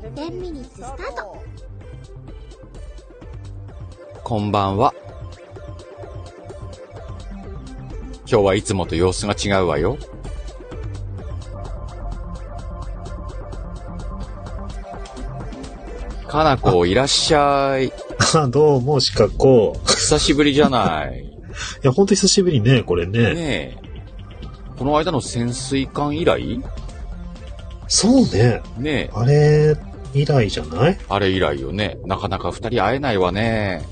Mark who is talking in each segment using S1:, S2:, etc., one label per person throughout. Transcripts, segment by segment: S1: 10ミニッツスタート
S2: こんばんは。今日はいつもと様子が違うわよ。かなこ、いらっしゃい。
S3: あ、どうも、シカゴ。
S2: 久しぶりじゃない。
S3: いや、ほんと久しぶりね、これ
S2: ね
S3: ね。
S2: え。この間の潜水艦以来
S3: そうね。
S2: ねえ。
S3: あれ、以来じゃない
S2: あれ以来よね。なかなか二人会えないわね。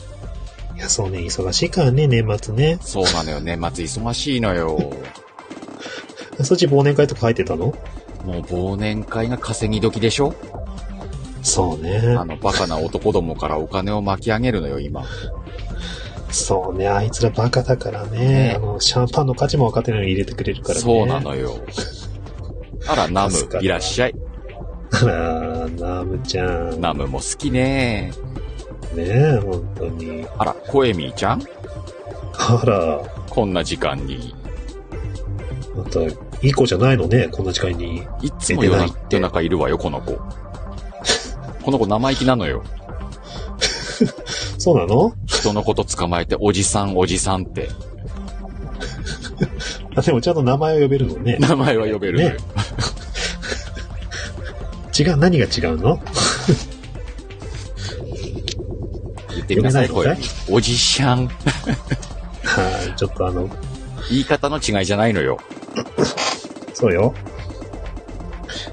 S3: いや、そうね、忙しいからね、年末ね。
S2: そうなのよ。年末忙しいのよ。
S3: そっち忘年会とか入ってたの
S2: もう忘年会が稼ぎ時でしょ
S3: そうね
S2: あ。の、バカな男どもからお金を巻き上げるのよ、今。
S3: そうね、あいつらバカだからね。
S2: ね
S3: あの、シャンパンの価値も分かってないのに入れてくれるからね。
S2: そうなのよ。あら、ナム
S3: 助か、る
S2: いらっしゃい。
S3: あら、ナムちゃん。ね
S2: ナムも好きね。
S3: え、ほんとに。
S2: あら、コエミーちゃん
S3: あら、
S2: こんな時間に。
S3: また、いい子じゃないのね、こんな時間に。
S2: いつも夜な
S3: 寝てないって
S2: 夜中いるわよ、この子。この子生意気なのよ。
S3: そうなの
S2: 人のこと捕まえて、おじさん、おじさんって。
S3: あ、でもちゃんと名前を呼べるの ね。
S2: 名前は呼べるのよ
S3: ね違う、何が違うの
S2: 言ってみなさい、
S3: 呼
S2: コ
S3: べな
S2: エ
S3: い
S2: ミ
S3: の
S2: ー。おじしゃん。
S3: はい、ちょっとあの、
S2: 言い方の違いじゃないのよ。
S3: そうよ。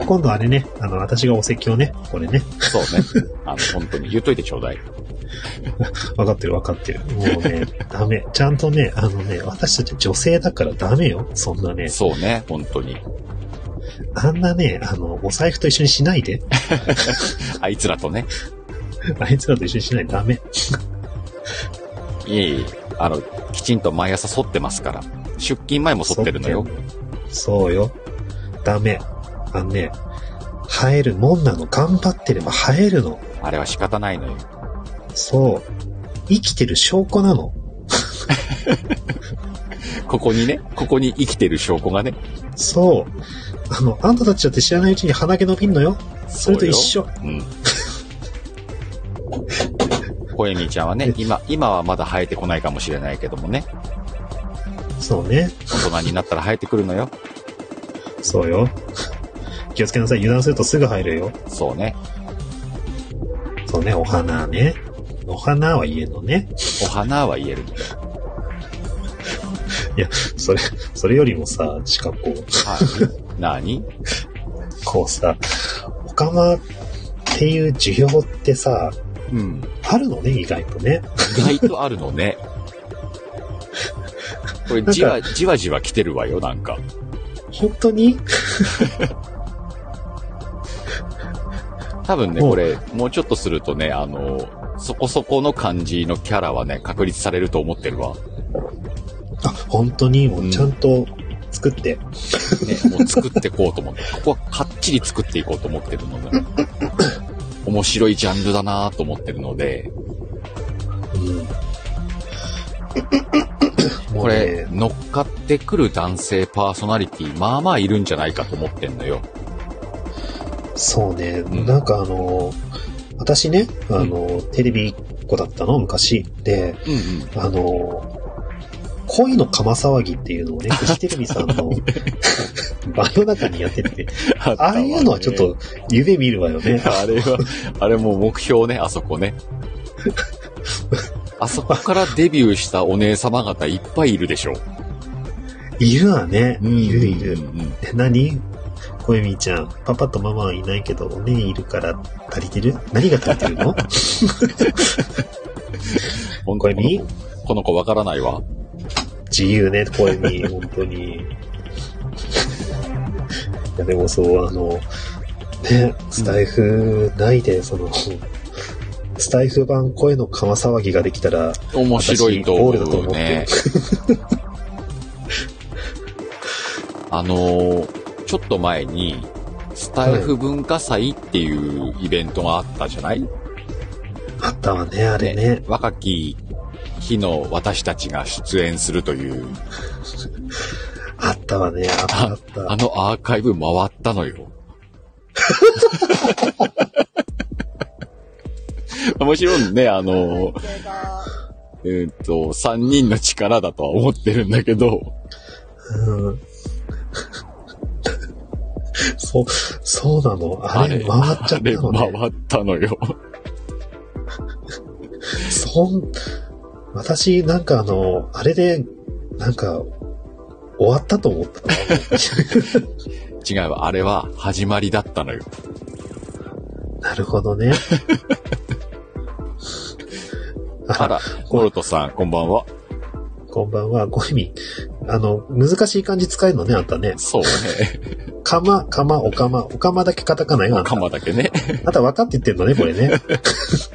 S3: 今度あれね、あの、私がお説教ね、これね。
S2: そうね。あの、本当に言っといてちょうだい。
S3: わかってるわかってる。もう ね、ダメ。ちゃんとね、あのね、私たち女性だからダメよ。そんなね。
S2: そうね、本当に。
S3: あんなね、あの、お財布と一緒にしないで。
S2: あいつらとね。
S3: あいつらと一緒にしないでダメ。
S2: いえいえ、あの、きちんと毎朝剃ってますから。出勤前も剃ってるのよ。
S3: そうよ。ダメ。あのね、生えるもんなの。頑張ってれば生えるの。
S2: あれは仕方ないのよ。
S3: そう。生きてる証拠なの。
S2: ここにね、ここに生きてる証拠がね。
S3: そう。あの、あんたたちだって知らないうちに鼻毛伸びんのよ。それと一緒。
S2: そうよ。うん。ホエミちゃんはね、今、今はまだ生えてこないかもしれないけどもね、
S3: そうね。
S2: 大人になったら生えてくるのよ。
S3: そうよ。気をつけなさい。油断するとすぐ入るよ。
S2: そうね。
S3: そうね、お花ね。お花は家のね。
S2: お花は言える。
S3: それ、それよりもさ、しかこう、
S2: はい。何
S3: こうさ、おかまっていう需要ってさ、
S2: うん。
S3: あるのね、意外とね。
S2: 意外とあるのね。これ、じわ、じわじわ来てるわよ、なんか。
S3: 本当に
S2: 多分ね、
S3: お
S2: これ、もうちょっとするとね、あの、そこそこの感じのキャラはね、確立されると思ってるわ。ね、
S3: あ、本当に、も
S2: うん
S3: うちゃんと作って。
S2: もう作ってこうと思って、 ここはかっちり作っていこうと思ってるので、面白いジャンルだなぁと思ってるので、
S3: うん。も
S2: こ
S3: う
S2: れ
S3: ね、、
S2: 乗っかってくる男性パーソナリティ、まあまあいるんじゃないかと思ってんのよ。
S3: そうね、
S2: ん
S3: なんかあの、私ね、あの、テレビ1個だったの、昔。で、
S2: うんうん。
S3: あの、恋の釜騒ぎっていうのをね、フジテレビさんの場の中にやってて、
S2: あ
S3: ああいうのはちょっと、夢見るわよね。
S2: あれは、あれもう目標ね、あそ こね。あそこからデビューしたお姉様方いっぱいいるでしょ。
S3: いるわね。
S2: うん
S3: いるいる
S2: う。んうん
S3: で何小みちゃん、パパとママはいないけど、お姉いるから足りてる何が足りてるの
S2: 本
S3: 小
S2: 当に
S3: み
S2: この子わからないわ。
S3: 自由ね、小み、本当に。いや、でもそう、あの、ね、スタイフないで、その、スタイフ版声の釜騒ぎができたら、
S2: 面白いと思
S3: 私ゴールだと
S2: う
S3: 思って
S2: ね
S3: る。
S2: あのーちょっと前に、スタイフ文化祭っていうイベントがあったじゃない、
S3: あったわね、あれね。
S2: 若き日の私たちが出演するという、
S3: あったわね、あったあっ
S2: あ
S3: た。
S2: のアーカイブ回ったのよ。もちろんね、あの、えーっと、三人の力だとは思ってるんだけど、
S3: うん。 そう、そうなのあれ、回っちゃ
S2: あ
S3: った
S2: れ
S3: のね。
S2: 回ったのよ。
S3: そん、私、なんかあの、あれで、なんか、終わったと思 った。
S2: 違うわ、あれは始まりだったのよ。
S3: なるほどね。
S2: あら、コルトさん、こんばんは。
S3: こんばんは、ゴミ。あの、難しい漢字使えるのね、あんたね。
S2: そう ね。
S3: かま、かま、おかま。おかまだけカタカナよ、あんた
S2: カ。マだけね。
S3: あんた分かって言ってんのね、これね。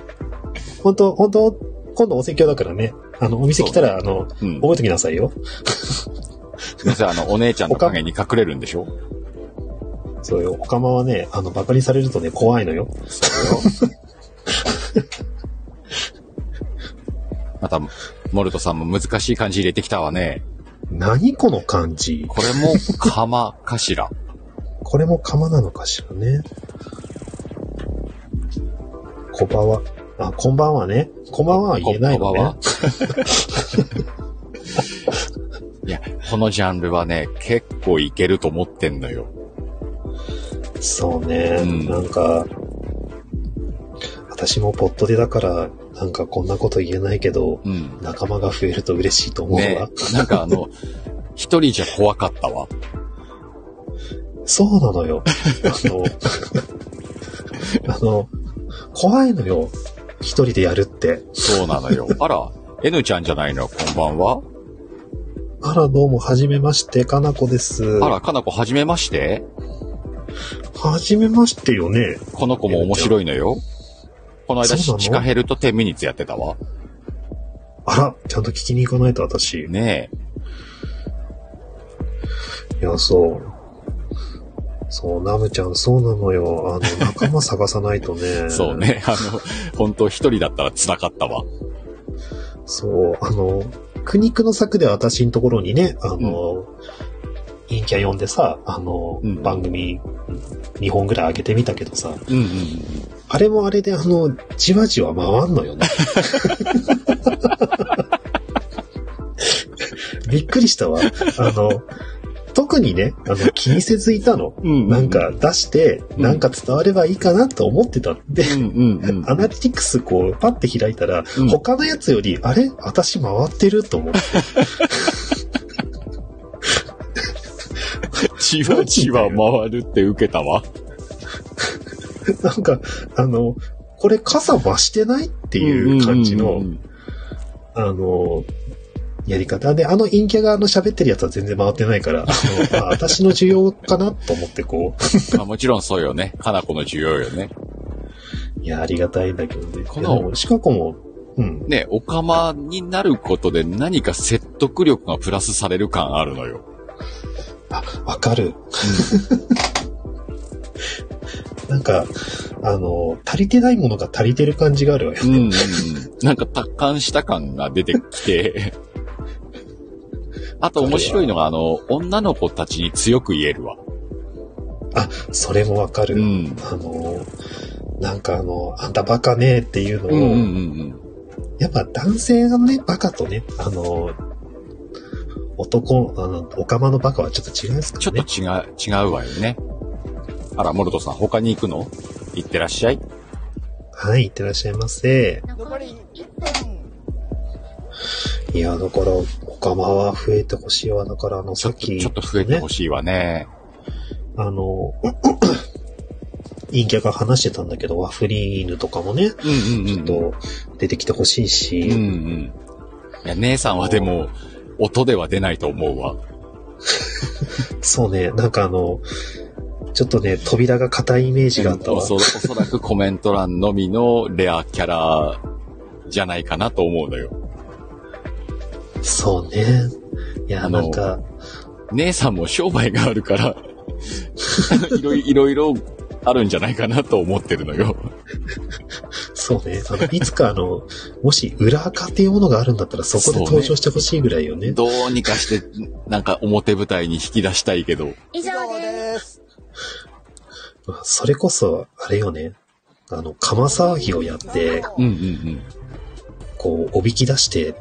S3: 本当本当今度お説教だからね。あの、お店来たら、あの、
S2: うん。
S3: 覚えときなさいよ。
S2: なぜあの、お姉ちゃんの影に隠れるんでしょ
S3: そうよ。おかまはね、あの、バカにされるとね、怖いのよ。
S2: また、モルトさんも難しい漢字入れてきたわね。
S3: 何この漢字
S2: これも、カマかしら。
S3: これも釜なのかしらね。こばは。あ、こんばんはね。こんばんはは言えないの
S2: こんばんは
S3: ね。
S2: いや、このジャンルはね、結構いけると思ってんのよ。
S3: そうね。
S2: うん
S3: なんか、私もポットでだから、なんかこんなこと言えないけど、
S2: うん。
S3: 仲間が増えると嬉しいと思うわ。
S2: ねなんかあの、一人じゃ怖かったわ。
S3: そうなのよ。あの、あの、怖いのよ。一人でやるって。
S2: そうなの よ。あら、N ちゃんじゃないのこんばんは。
S3: あら、どうも、はじめまして、かなこです。
S2: あら、かなこはじめまして。
S3: はじめましてよね。
S2: この子も面白いのよ。この間、
S3: そうなの
S2: シカヘルと10ミニッツやってたわ。
S3: あら、ちゃんと聞きに行かないと私。い
S2: ねえ。。
S3: や、そう。そう、ナムちゃん、そうなのよ。あの、仲間探さないとね
S2: そう。ね。あの、本当一人だったら辛かったわ。
S3: そう、あの、苦肉の策で私のところにね、あの、陰キャ呼んでさ、あの、
S2: うん
S3: 番組2本ぐらい上げてみたけどさ、
S2: うんうん。
S3: あれもあれで、あの、じわじわ回ん のよね。びっくりしたわ。あの、特にね、あの、気にせずいたの。
S2: うん
S3: なん、か出して、
S2: うん
S3: なんか伝わればいいかなと思ってたんで、
S2: うんうんうん。
S3: アナリティクスこう、パッて開いたら、
S2: うん
S3: 他のやつより、あれ私回ってると思って。
S2: じわじわ回るって受けたわ。
S3: なんか、あの、これ傘増してないっていう感じ
S2: うんう
S3: の
S2: んう、ん
S3: あの、やり方で、あの陰キャがあの喋ってるやつは全然回ってない から、あの、あ私の需要かなと思ってこ
S2: うんまあもちろんそうよね。かなこの需要よね。
S3: う、いや、ありがたいんだけどね。
S2: こ
S3: こ
S2: の
S3: の、シカコも、うん。
S2: ね、おかまになることで何か説得力がプラスされる感あるのよ。
S3: あ、わかる。 なんか、あの、足りてないものが足りてる感じがあるわよ
S2: う。ん、うんうん。なんか達観した感が出てきて。 あと面白いのが、あの、女の子たちに強く言えるわ。
S3: あ、それもわかる。
S2: うん。
S3: あの、なんかあの、あんたバカねっていうのを、
S2: うんうんうん
S3: やっぱ男性のね、バカとね、あの、男、あの、オカマのバカはちょっと違うんです
S2: うん。ち
S3: か
S2: ょっと
S3: ね。
S2: 違う、違うわよね。あら、モルトさん、他に行くの行ってらっしゃい。
S3: はい、いってらっしゃいませ。
S1: 残り1分。
S3: いや、だから、オカマは増えてほしいわ。だから、あの、
S2: ち
S3: さ
S2: ょっ
S3: っ
S2: と、
S3: き、
S2: ちょっと増えてほしいわね。
S3: あの、 陰キャが話してたんだけど、ワフリーヌとかもね、
S2: うんうんうん。
S3: ちょっと出てきてほしいし、
S2: うんうん。いや、姉さんはでも、音では出ないと思うわ。
S3: そうね、なんかあの、ちょっとね、扉が硬いイメージがあった
S2: お
S3: わ。
S2: そおそらくコメント欄のみのレアキャラじゃないかなと思うのよ。
S3: そうね。いや、
S2: あの
S3: なんか、
S2: 姉さんも商売があるから、 いろいいろいろあるんじゃないかなと思ってるのよ。
S3: そうね。あの、いつかあの、もし裏垢っていうものがあるんだったらそこで登場してほしいぐらいよね。
S2: どうにかして、なんか表舞台に引き出したいけど。
S1: 以上です。
S3: それこそ、あれよね。あの、釜騒ぎをやって、
S2: うんうん
S3: こう、おびき出して、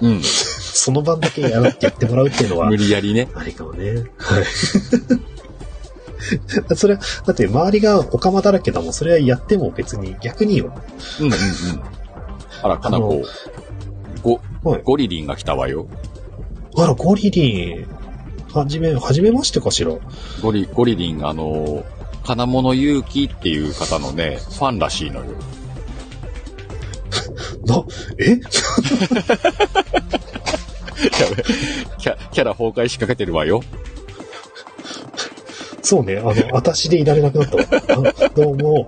S2: うん。うん。
S3: その晩だけやらってやってもらうっていうのは
S2: 無、理やりね。
S3: あれかもね。 はい。それは、だって周りがお釜だらけだもん。それはやっても別に逆によ。
S2: うんうんうん。あら、かなこ、ご、
S3: はい。
S2: ゴリリンが来たわよ。
S3: あら、ゴリリン。はじめ、はじめましてかしら。
S2: ゴリ、ゴリリン、あの、金物勇気っていう方のね、ファンらしいのよ。
S3: な、え
S2: やべキャキャラ崩壊しかけてるわよ。
S3: そうね。あの、私でいられなくなったわ。あどうも。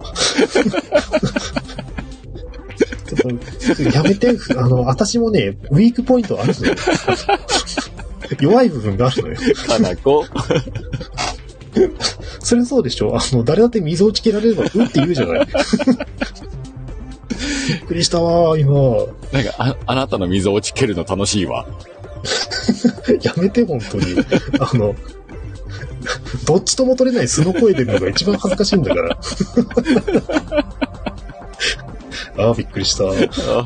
S3: ちょっとやめて。あの、私もね、ウィークポイントあるのよ。弱い部分があるのよ。
S2: かな こ。
S3: それそうでしょあの、誰だって溝落ち切られれば、うんって言うじゃない。びっくりしたわ、今。
S2: なんか、あ、あなたの水落ちけるの楽しいわ。
S3: やめて、本当に。あの、どっちとも取れない素の声出るのが一番恥ずかしいんだから。 ああ、びっくりした。
S2: あ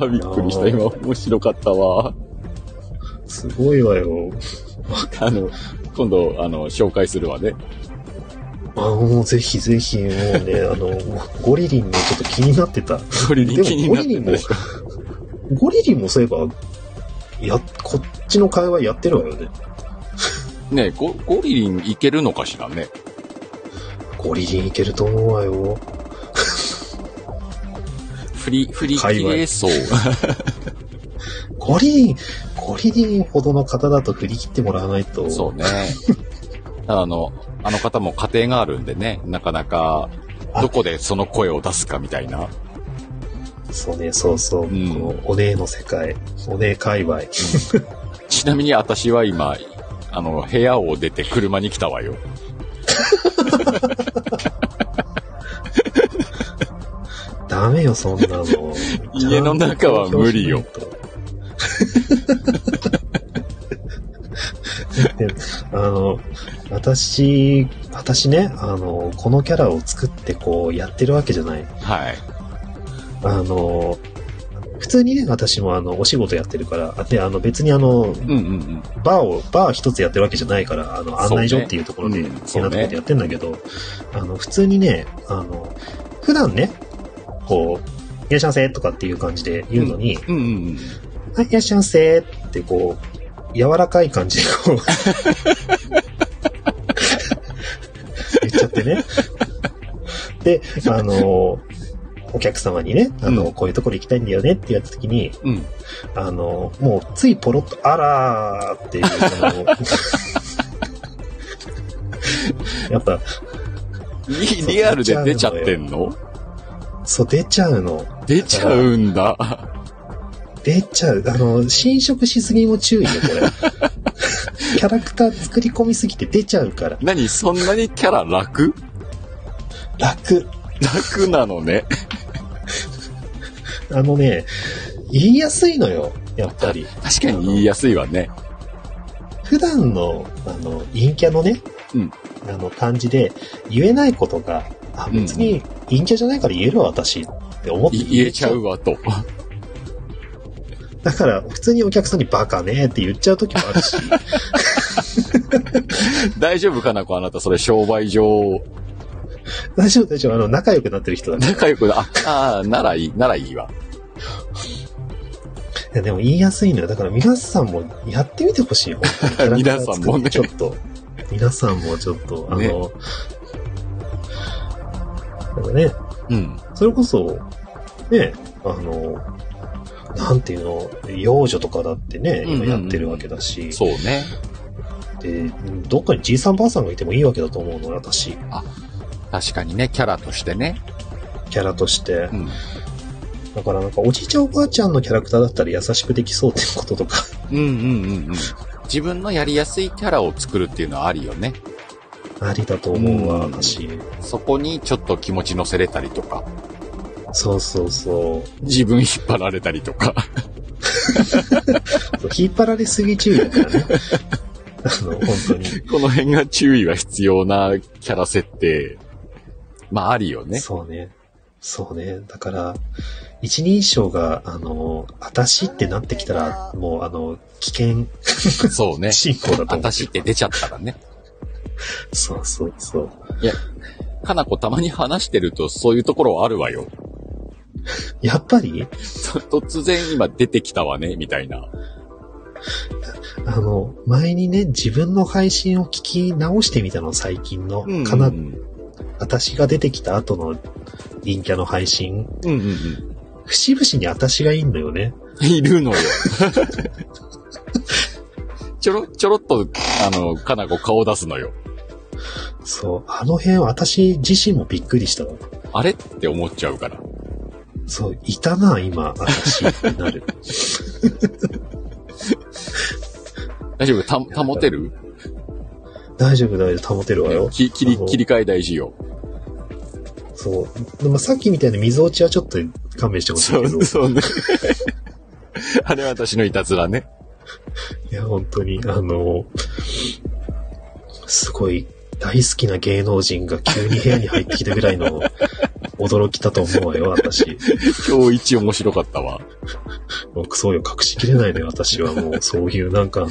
S2: あ、びっくりした。今、面白かったわ。
S3: すごいわよ。
S2: あの、今度、あの、紹介するわね。
S3: あもうぜひぜひ、もうね、あの、ゴリリンもちょっと気になってた。
S2: ゴリリン気
S3: で
S2: に
S3: もゴ
S2: なっ
S3: リ
S2: て
S3: リ
S2: る
S3: ン
S2: ん
S3: も
S2: ですか。、
S3: ゴリリンもそういえば、や、こっちの会話やってるわよね。
S2: ねえゴ、ゴリリンいけるのかしらね。
S3: ゴリリンいけると思うわよ。
S2: 振り、振り切れそう。
S3: ゴリリン、ゴリリンほどの方だと振り切ってもらわないと。
S2: そうね。あの、あの方も家庭があるんでね、なかなか、どこでその声を出すかみたいな。
S3: そうね、そうそう。
S2: ん
S3: このお姉の世界、お姉界隈。
S2: ちなみに私は今、あの、部屋を出て車に来たわよ。
S3: ダメよ、そんなの。
S2: 家の中は無理よ
S3: ちゃん と公表しないと。あの、私、私ね、あの、このキャラを作ってこうやってるわけじゃない。
S2: はい。
S3: あの、普通にね、私もあの、お仕事やってるから、あで、あの、別にあの、
S2: うんうんうん。
S3: バーを、バー一つやってるわけじゃないから、あの、案内
S2: そ
S3: 所
S2: うね
S3: っていうところで、
S2: うん
S3: そんなところでやってんだけど、あの、普通にね、あの、普段ね、こう、いらっしゃいませとかっていう感じで言うのに、
S2: うんうんうん。
S3: はい、いらっしゃいませってこう、柔らかい感じでこう、言っちゃってね。で、あの、お客様にね、あの、
S2: うん
S3: こういうところ行きたいんだよねってやった時に、
S2: うん。
S3: あの、もうついポロッと、あらーっていう、あの やっぱ、
S2: リリアルで出ちゃってんの
S3: そう出ちゃうの。
S2: 出ちゃうんだ。
S3: 出ちゃう。あの、侵食しすぎも注意よ、これ。 キャラクター作り込みすぎて出ちゃうから。
S2: 何そんなにキャラ楽
S3: 楽。
S2: 楽なのね。
S3: あのね、言いやすいのよ、やっぱり。
S2: 確かに言いやすいわね。
S3: 普段の、あの、陰キャのね、
S2: うん
S3: あの、感じで、言えないことが、あ、別に陰キャじゃないから言えるわ、私。って思って
S2: い言えちゃうわと。
S3: だから、普通にお客さんにバカねって言っちゃう時もあ るし、
S2: 大丈夫かなこうあなた、それ商売上、
S3: 大丈夫大丈夫、あの、仲良くなってる人だか
S2: 仲良くな、あ、あーならいい、ならいいわ。
S3: ら。いやでも言いやすいのよ。だから皆さんもやってみてほしいよ。本当に
S2: 皆さんもね
S3: キャラクター作ってちょっと。皆さんもちょっと、あの、
S2: ね
S3: なんかね、
S2: うん。
S3: それこそ、ね、あの、なんていうの、幼女とかだってね、
S2: うんうんう
S3: 今
S2: ん
S3: やってるわけだし、
S2: そうね。
S3: で、どっかにじいさんばあさんがいてもいいわけだと思うの、私。
S2: 確かにね、キャラとしてね。
S3: キャラとして
S2: う。ん。
S3: だからなんか、おじいちゃんおばあちゃんのキャラクターだったら優しくできそうっていうこととか。
S2: うんうんうんうん。自分のやりやすいキャラを作るっていうのはありよね。
S3: ありだと思うわ、
S2: うん
S3: 私。
S2: そこにちょっと気持ち乗せれたりとか、
S3: そうそうそ
S2: 自分引っ張られたりとか。
S3: う。引っ張られすぎ注意 だからね。あの、本当に。
S2: この辺が注意が必要なキャラ設定。まあ、ありよね。
S3: そうね。そうね。だから、一人称が、あの、あたしってなってきたら、もう、あの、危険
S2: そうね。
S3: 進行だと思う。
S2: あたしって出ちゃったらね。
S3: そうそうそう。
S2: かなこたまに話してるとそういうところはあるわよ。
S3: やっぱり、
S2: そ突然今出てきたわね、みたいな。
S3: あの、前にね、自分の配信を聞き直してみたの、最近の。かな
S2: う、ん
S3: 私が出てきた後の陰キャの配信。
S2: うんうん。
S3: 節々に私がいんのよね。
S2: いるのよ。 ちょろ、ちょろっと、あの、かなこ顔出すのよ。
S3: そう。あの辺、私自身もびっくりしたわ。
S2: あれって思っちゃうから。
S3: そう、いたな、今、私ってなる。
S2: 大丈夫た、保てる
S3: 大丈夫、大丈夫、保てるわよ。
S2: き切り、切り替え大事よ。
S3: そう。でもさっきみたいな水落ちはちょっと勘弁してほしいけど。
S2: そうね。 あれは私のいたずらね。
S3: いや、本当に、あの、すごい、大好きな芸能人が急に部屋に入ってきたぐらいの驚きだと思うわよ、私。
S2: 今日一面白かったわ。
S3: もうクソよ、隠しきれないのよ、私はもう、そういう、なんかあの、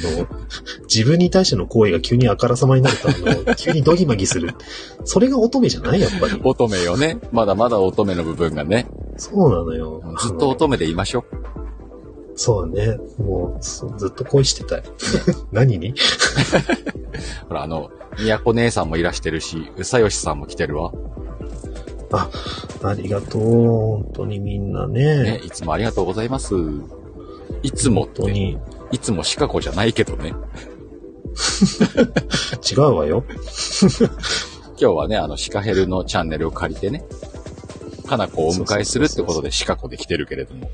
S3: 自分に対しての行為が急にあからさまになると、あ の、急にドギマギする。それが乙女じゃないやっぱり。
S2: 乙女よね。まだまだ乙女の部分がね。
S3: そうなのよ。
S2: ずっと乙女でいましょう。
S3: そうね。もう、そうずっと恋してたい。 何に
S2: ほら、あの、宮子姉さんもいらしてるし、うさよしさんも来てるわ。
S3: ありがとう。本当にみんなね。
S2: ね、いつもありがとうございます。いつもっ
S3: 本当
S2: て、
S3: に。
S2: いつもシカ子じゃないけどね。
S3: 違うわよ。
S2: 今日はね、あの、シカヘルのチャンネルを借りてね、かな子をお迎えするってことでシカ子で来てるけれども、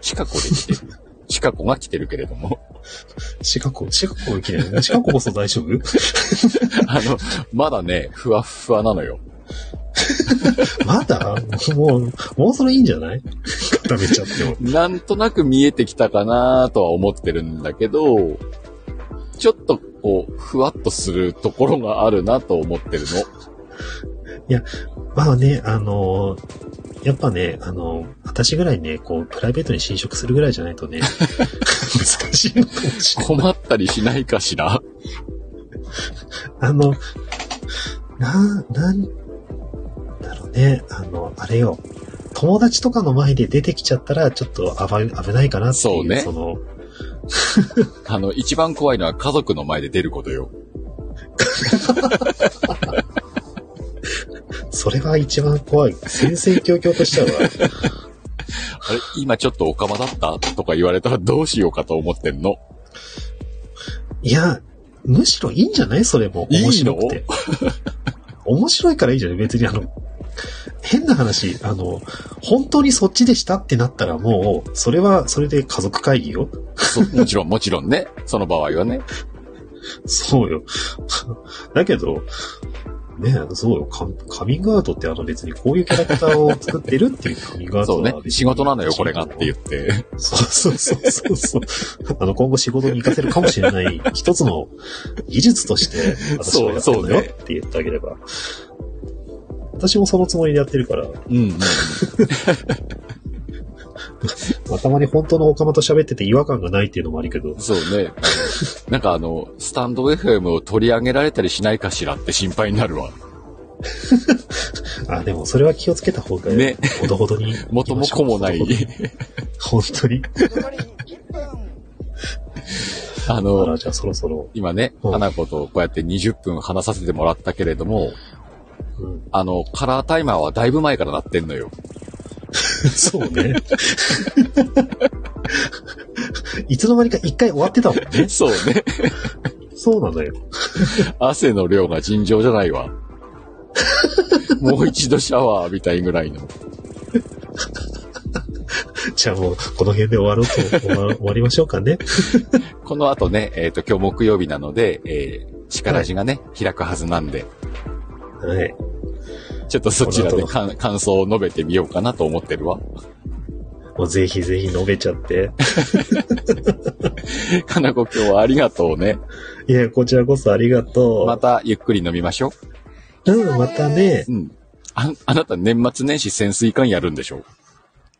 S2: シカ子で来てる。シカ子が来てるけれども、
S3: シカゴ、シカゴきない。シカゴこそ大丈夫
S2: あの、まだね、ふわっふわなのよ。
S3: まだもう、もうそれいいんじゃない 固めちゃっても。
S2: なんとなく見えてきたかなとは思ってるんだけど、ちょっとこう、ふわっとするところがあるなと思ってるの。
S3: まあね、あのーやっぱね、あのー私ぐらいね、こう、プライベートに侵食するぐらいじゃないとね、難しいのかもしれない。
S2: 困ったりしないかしら
S3: あの、な、なんだろうね、あの、あれよ、友達とかの前で出てきちゃったら、ちょっと危危ないかなっていう、
S2: そうね
S3: その、
S2: あの、一番怖いのは家族の前で出ることよ。
S3: それが一番怖い。先生教教としちゃうわ。
S2: あれ、今ちょっとオカマだったとか言われたらどうしようかと思ってんの。
S3: いや、むしろいいんじゃないそれも。
S2: いいの
S3: 面白くて。 面白いからいいじゃない別にあの、変な話、あの、本当にそっちでしたってなったらもう、それは、それで家族会議よ。
S2: そもちろん、もちろんね。その場合はね。
S3: そうよ。 だけど、ねえ、そうよカ。カミングアウトってあの別にこういうキャラクターを作ってるっていうカミング アウ
S2: そ
S3: ト
S2: う
S3: は
S2: ね
S3: 別。に
S2: 仕事なのよ、これがって言って。
S3: そうそうそうそうそう。あの、今後仕事に活かせるかもしれない一つの技術として、私はやってるんだよって言ってあげれば。私もそのつもりでやってるから、
S2: うん、うん。
S3: まあたまに本当のオカマと喋ってて違和感がないっていうのもあるけど、
S2: そうね。 あのなんかあの、スタンド FM を取り上げられたりしないかしらって心配になるわ。
S3: あ、でもそれは気をつけた方が
S2: ね
S3: ほどほどに。
S2: 元も子もない
S3: ほど。ほど本当に。
S1: 残り1分。
S2: あ
S3: あら、
S2: の、
S3: じゃあそろそろ。
S2: 今ね、
S3: うん
S2: 花子とこうやって20分話させてもらったけれども、
S3: うん、
S2: あの、カラータイマーはだいぶ前から鳴ってんのよ。
S3: そうね。 いつの間にか一回終わってたもんね。
S2: そうね。
S3: そうなのよ。
S2: 汗の量が尋常じゃないわ。 もう一度シャワー浴びたいぐらいの。
S3: じゃあもう、この辺で終わろうと、終わ終わりましょうかね。
S2: この後ね、えっ、と、今日木曜日なので、えー、力地がね、開くはずなんで、
S3: はい。
S2: ちょっとそちらで感感想を述べてみようかなと思ってるわ。
S3: もうぜひぜひ述べちゃって。
S2: かなこ今日はありがとうね。
S3: いや、こちらこそありがとう。
S2: またゆっくり飲みましょ
S3: うん、またね。
S2: う。うん。あ、あなた年末年始潜水艦やるんでしょ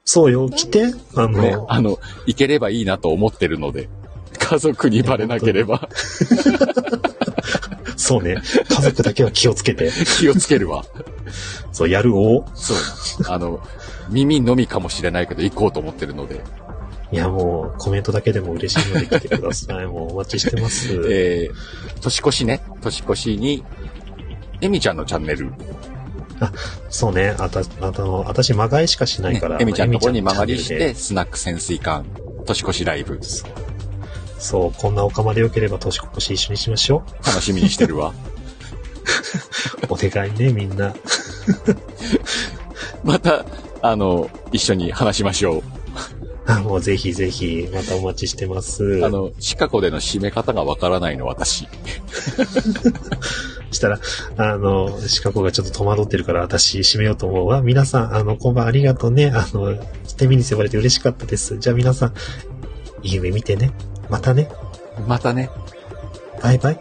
S3: そうよ、来て、あの、
S2: うね。あの、行ければいいなと思ってるので、家族にバレなければ
S3: そうね、家族だけは気をつけて、
S2: 気をつけるわ。
S3: そう、やるを、
S2: そうなの。あの、耳のみかもしれないけど行こうと思ってるので、
S3: いやもう、コメントだけでも嬉しいので来てく ださい。もうお待ちしてます。
S2: えー、年越しね、年越しに、エミちゃんのチャンネル、
S3: そうね、あた、あの、私、間がいしかしない
S2: ね
S3: から、、
S2: エミちゃんのとこに曲がりし
S3: エミちゃんのチャンネル
S2: て、スナック潜水艦、年越しライブ、
S3: で、そう、こんなおかまで良ければ年越し一緒にしましょ
S2: 楽しみにしてるわ。
S3: う。お願いね、みんな。
S2: また、あの、一緒に話しましょ
S3: あもうぜひぜひ、またお待ちしてます。
S2: う。あの、シカゴでの締め方がわからないの私。
S3: したら、あの、シカゴがちょっと戸惑ってるから私閉めようと思うわ。皆さん、あの、こんばんありがとうね。あの、手見に迫れて嬉しかったです。じゃあ皆さん、いい夢見てね。またね。
S2: またね。
S3: バイバイ。